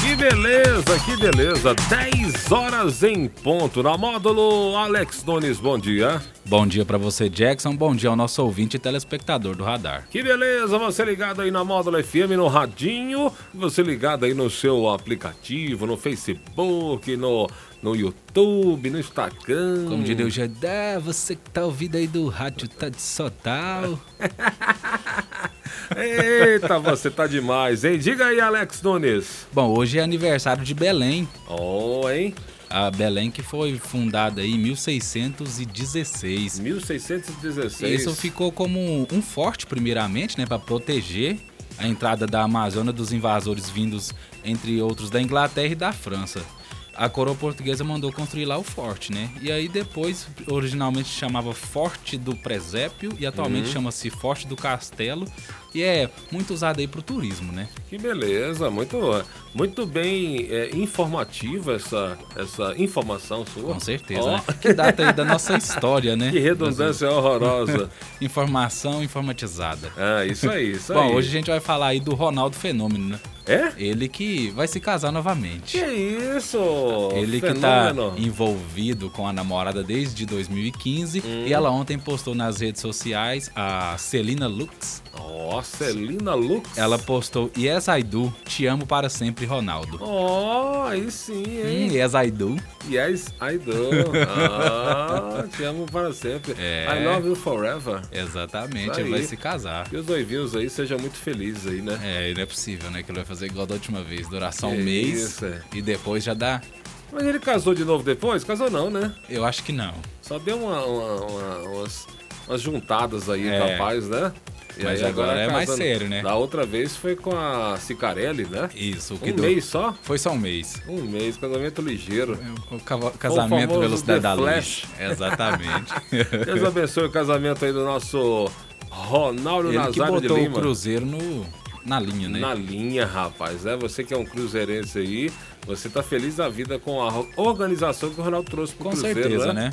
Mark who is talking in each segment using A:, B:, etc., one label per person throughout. A: Que beleza, que beleza. 10 horas em ponto na módulo. Alex Nunes, bom dia.
B: Bom dia para você, Jackson. Bom dia ao nosso ouvinte e telespectador do Radar.
A: Que beleza, você ligado aí na Módulo FM, no radinho, você ligado aí no seu aplicativo, no Facebook, no, no YouTube, no Instagram.
B: Como diria o Jedé, você que tá ouvindo aí do rádio tá de só tal.
A: Eita, você tá demais, hein? Diga aí, Alex Nunes.
B: Bom, hoje é aniversário de Belém.
A: Oh, hein?
B: A Belém que foi fundada aí em 1616.
A: 1616.
B: Isso ficou como um forte, primeiramente, né, para proteger a entrada da Amazônia dos invasores vindos, entre outros, da Inglaterra e da França. A coroa portuguesa mandou construir lá o forte, né? E aí depois, originalmente chamava Forte do Presépio e
A: Uhum.
B: atualmente chama-se Forte do Castelo e é muito usado aí pro turismo, né?
A: Que beleza, muito, muito bem é, informativa essa, essa informação sua.
B: Com certeza,
A: Oh, Ó,
B: né? Que data aí da nossa história, né?
A: Que redundância horrorosa.
B: Informação informatizada.
A: Ah, isso aí, isso aí.
B: Bom, hoje a gente vai falar aí do Ronaldo Fenômeno, né?
A: É?
B: Ele que vai se casar novamente.
A: Que isso?
B: Ele que tá
A: Fenômeno.
B: envolvido com a namorada desde 2015
A: Hum.
B: e ela ontem postou nas redes sociais a Celina Lux.
A: Nossa, Celina Lux.
B: Ela postou Yes I do, te amo para sempre, Ronaldo.
A: Oh, aí sim, hein?
B: Hum, yes I do.
A: Yes, I do. Ah, te amo para sempre.
B: É.
A: I love you forever. Isso
B: Exatamente,
A: aí.
B: ele vai se casar.
A: Que os noivinhos aí sejam muito felizes aí, né?
B: É, e não é possível, né? Que ele vai fazer igual da última vez, durar só um
A: Que
B: mês
A: isso, é.
B: e depois já dá.
A: Mas ele casou de novo depois? Casou não, né?
B: Eu acho que não.
A: Só deu uma, uma- uma- umas, umas juntadas aí,
B: É.
A: rapaz, né? E
B: Mas
A: aí
B: agora é mais
A: casando.
B: sério, né?
A: Da outra vez foi com a Cicarelli, né?
B: Isso, o que
A: Um
B: deu-
A: mês só?
B: Foi só um mês. É,
A: Um mês, casamento ligeiro.
B: O cava- casamento
A: famoso
B: velocidade
A: The
B: da luz.
A: Flash.
B: Exatamente.
A: Deus abençoe o casamento aí do nosso Ronaldo
B: Ele que
A: Nazário de
B: botou o
A: Lima.
B: Cruzeiro no, na linha, né?
A: Na linha, rapaz, né? Você que é um cruzeirense aí, você tá feliz da vida com a ro- organização que o Ronaldo trouxe pro
B: Com
A: Cruzeiro,
B: certeza, né?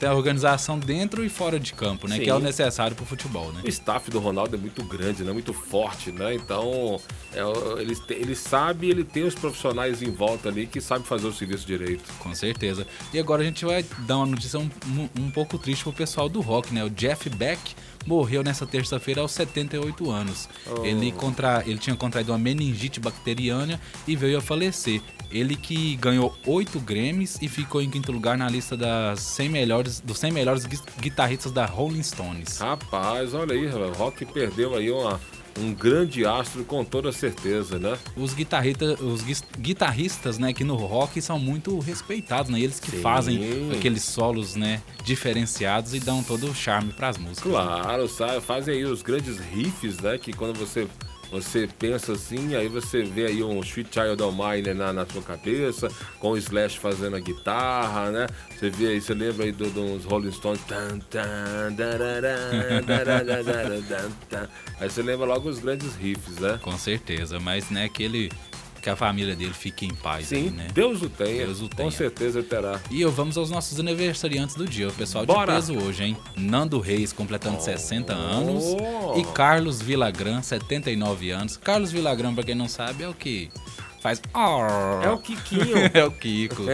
B: Tem a organização dentro e fora de campo, né?
A: Sim.
B: Que é o necessário pro futebol, né?
A: O staff do Ronaldo é muito grande, né? Muito forte, né? Então, é, o- ele, te- ele sabe, ele tem os profissionais em volta ali que sabem fazer o serviço direito.
B: Com certeza. E agora a gente vai dar uma notícia um, um- um pouco triste pro pessoal do rock, né? O Jeff Beck morreu nessa terça-feira aos 78 anos.
A: Oh.
B: Ele, contra, ele tinha contraído uma meningite bacteriana e veio a falecer. Ele que ganhou oito Grammys e ficou em quinto lugar na lista das 100 melhores, dos 100 melhores gui- guitarristas da Rolling Stones.
A: Rapaz, olha aí, o Rock perdeu aí uma- um grande astro com toda certeza, né?
B: os, guitarrita, os guis- guitarristas, né, que no rock são muito respeitados, né? Eles que fazem aqueles solos, né, diferenciados e dão todo o charme pras músicas. né?
A: Claro, sabe? Fazem aí os grandes riffs, né? Que quando você, você pensa assim, aí você vê aí um Sweet Child of Mine na, na sua cabeça, com o Slash fazendo a guitarra, né? Você vê aí, você lembra aí do- dos Rolling Stones. Tan, tan, darará, darará, darará, tan, tan. Aí você lembra logo os grandes riffs, né?
B: Com certeza, mas né, que ele que a família dele fique em paz aí,
A: Sim,
B: né?
A: Deus o tenha.
B: Deus o
A: Com
B: tenha.
A: certeza terá.
B: E eu vamos aos nossos aniversariantes do dia, o pessoal
A: Bora!
B: de peso hoje, hein? Nando Reis completando 60 anos
A: Oh!
B: e Carlos Villagrán 79 anos. Carlos Villagrán, pra quem não sabe, é o que faz
A: É o Kikinho.
B: é o Kiko,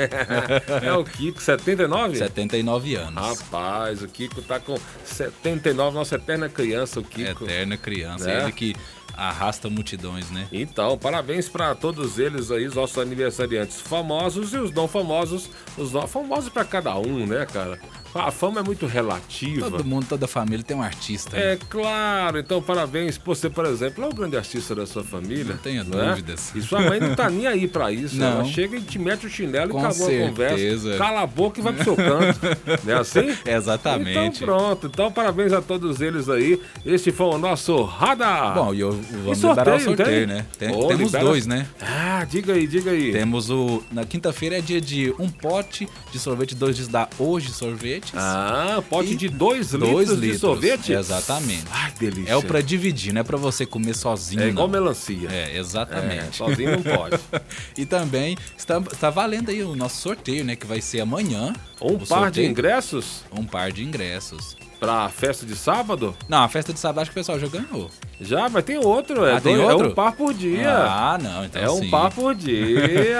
A: é o Kiko, 79?
B: 79 anos.
A: Rapaz, o Kiko tá com 79, nossa eterna criança, o Kiko.
B: Eterna criança.
A: É.
B: Ele que arrasta multidões, né?
A: Então, parabéns para todos eles aí, os nossos aniversariantes famosos e os não famosos. Os não famosos para cada um, né, cara? A fama é muito relativa.
B: Todo mundo, toda família tem um artista. né?
A: É claro, então parabéns. Você, por exemplo, é o grande artista da sua família.
B: Não tenha
A: é?
B: dúvidas.
A: E sua mãe não tá nem aí pra isso.
B: Não.
A: Ela chega e te mete o chinelo
B: Com
A: e acabou a conversa.
B: certeza.
A: Cala a boca e vai pro seu canto. não é assim?
B: Exatamente.
A: Então pronto. Então parabéns a todos eles aí. Este foi o nosso Radar.
B: Bom, e eu, vamos
A: sorteio,
B: liberar o sorteio,
A: tem?
B: né? Tem-
A: Ô,
B: temos
A: libera-
B: dois, né?
A: Ah, diga aí, diga aí.
B: Temos o. Na quinta-feira é dia de um pote de sorvete, dois dias da Hoje Sorvete sorvetes.
A: Ah, pote
B: E
A: de dois litros,
B: dois
A: de sorvete?
B: Exatamente.
A: Ai, delícia.
B: É o pra dividir, não é pra você comer sozinho.
A: É igual
B: não.
A: melancia.
B: É,
A: É,
B: exatamente.
A: sozinho não pode.
B: E também está, está valendo aí o nosso sorteio, né? Que vai ser amanhã.
A: Um par
B: O
A: de
B: sorteio-
A: ingressos
B: Um par de ingressos.
A: pra festa de sábado?
B: Não, a festa de sábado acho que o pessoal já ganhou.
A: Já, mas tem outro. É,
B: Ah, tem
A: dois- É
B: outro?
A: um par por dia.
B: Ah, não, então
A: é um
B: sim.
A: par por dia.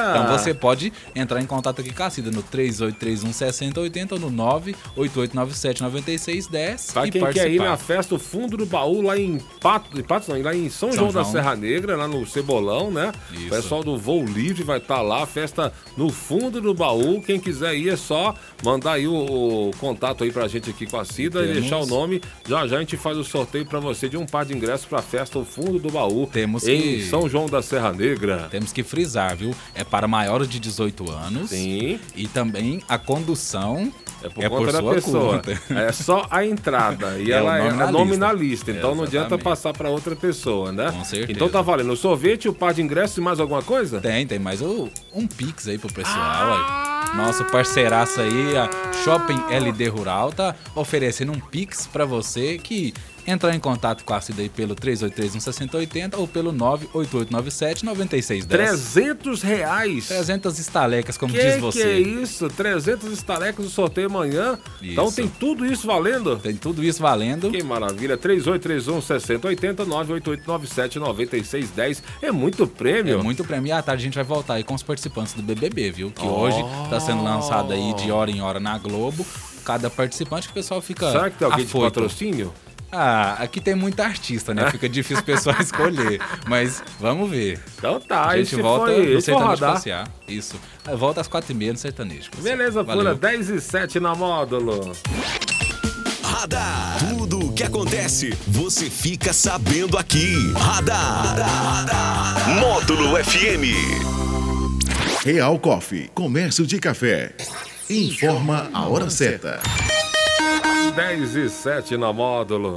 B: Então você pode entrar em contato aqui com a Cida no 3831 6080 ou no 98897 9610
A: Pra
B: e
A: Tá quem
B: participar.
A: quer ir na festa o Fundo do Baú, lá em Pato, em Patos não, lá em São,
B: São
A: João, da
B: João.
A: Serra Negra, lá no Cebolão, né?
B: Isso.
A: O pessoal do Voo Livre vai estar lá, festa no Fundo do Baú. Quem quiser ir é só mandar aí o, o contato aí pra gente aqui com a Cida e
B: Temos.
A: deixar o nome. Já já a gente faz o sorteio pra você de um par de ingressos pra festa o Fundo do Baú.
B: Temos
A: em
B: que-
A: São João da Serra Negra.
B: Temos que frisar, viu? É para maiores de 18 anos.
A: Sim.
B: E também a condução
A: É por conta da
B: sua
A: pessoa.
B: conta.
A: É só a entrada. E
B: É o
A: ela
B: nome
A: é
B: na
A: a nome
B: lista.
A: na lista. Então não adianta
B: Exatamente.
A: passar para outra pessoa, né?
B: Com certeza.
A: Então tá valendo o sorvete, o par de ingresso e mais alguma coisa?
B: Tem, tem mais o- um Pix aí pro pessoal. aí. Nosso parceiraço aí, a Shopping LD Rural, tá oferecendo um Pix pra você que entrar em contato com a Cida aí pelo 383-1680 ou pelo 98897-9610.
A: 300 reais.
B: 300 estalecas, como
A: Que que
B: diz
A: é
B: você.
A: isso? 300 estalecos do sorteio amanhã. Então
B: Isso.
A: tem tudo isso valendo.
B: Tem tudo isso valendo.
A: Que maravilha. 3831 6080 98897 9610. É muito prêmio.
B: É muito prêmio. E à tarde a gente vai voltar aí com os participantes do BBB, viu? Que
A: Oh.
B: hoje tá sendo lançado aí de hora em hora na Globo. Cada participante que o pessoal fica.
A: Será que tem alguém de
B: afoito.
A: patrocínio?
B: Ah, aqui tem muita artista, né? Fica difícil o pessoal escolher. Mas vamos ver.
A: Então tá,
B: a
A: esse
B: gente volta
A: foi,
B: no
A: esse foi o
B: sertanejo
A: radar.
B: passear. Isso. Ah, Volta às quatro e meia no sertanejo.
A: Beleza,
B: Valeu.
A: pura 10 e 7 na módulo.
C: Radar. Tudo o que acontece, você fica sabendo aqui. Radar. Módulo FM.
D: Real Coffee, comércio de café. Informa a hora certa.
A: 10 e 7 na módulo.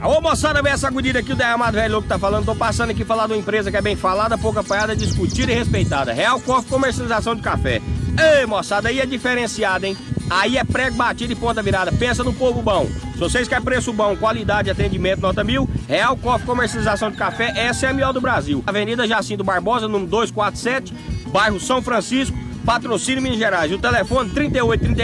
E: Alô, moçada, vem essa agudida aqui, o derramado velho louco tá falando. Tô passando aqui falar de uma empresa que é bem falada, pouco apanhada, discutida e respeitada. Real Coffee Comercialização de Café. Ei, moçada, aí é diferenciado, hein? Aí é prego batido e ponta virada. Pensa no povo bom. Se vocês querem preço bom, qualidade, atendimento, nota mil, Real Coffee Comercialização de Café, essa é a melhor do Brasil. Avenida Jacinto Barbosa, número 247, bairro São Francisco, patrocínio Minas Gerais. O telefone 3831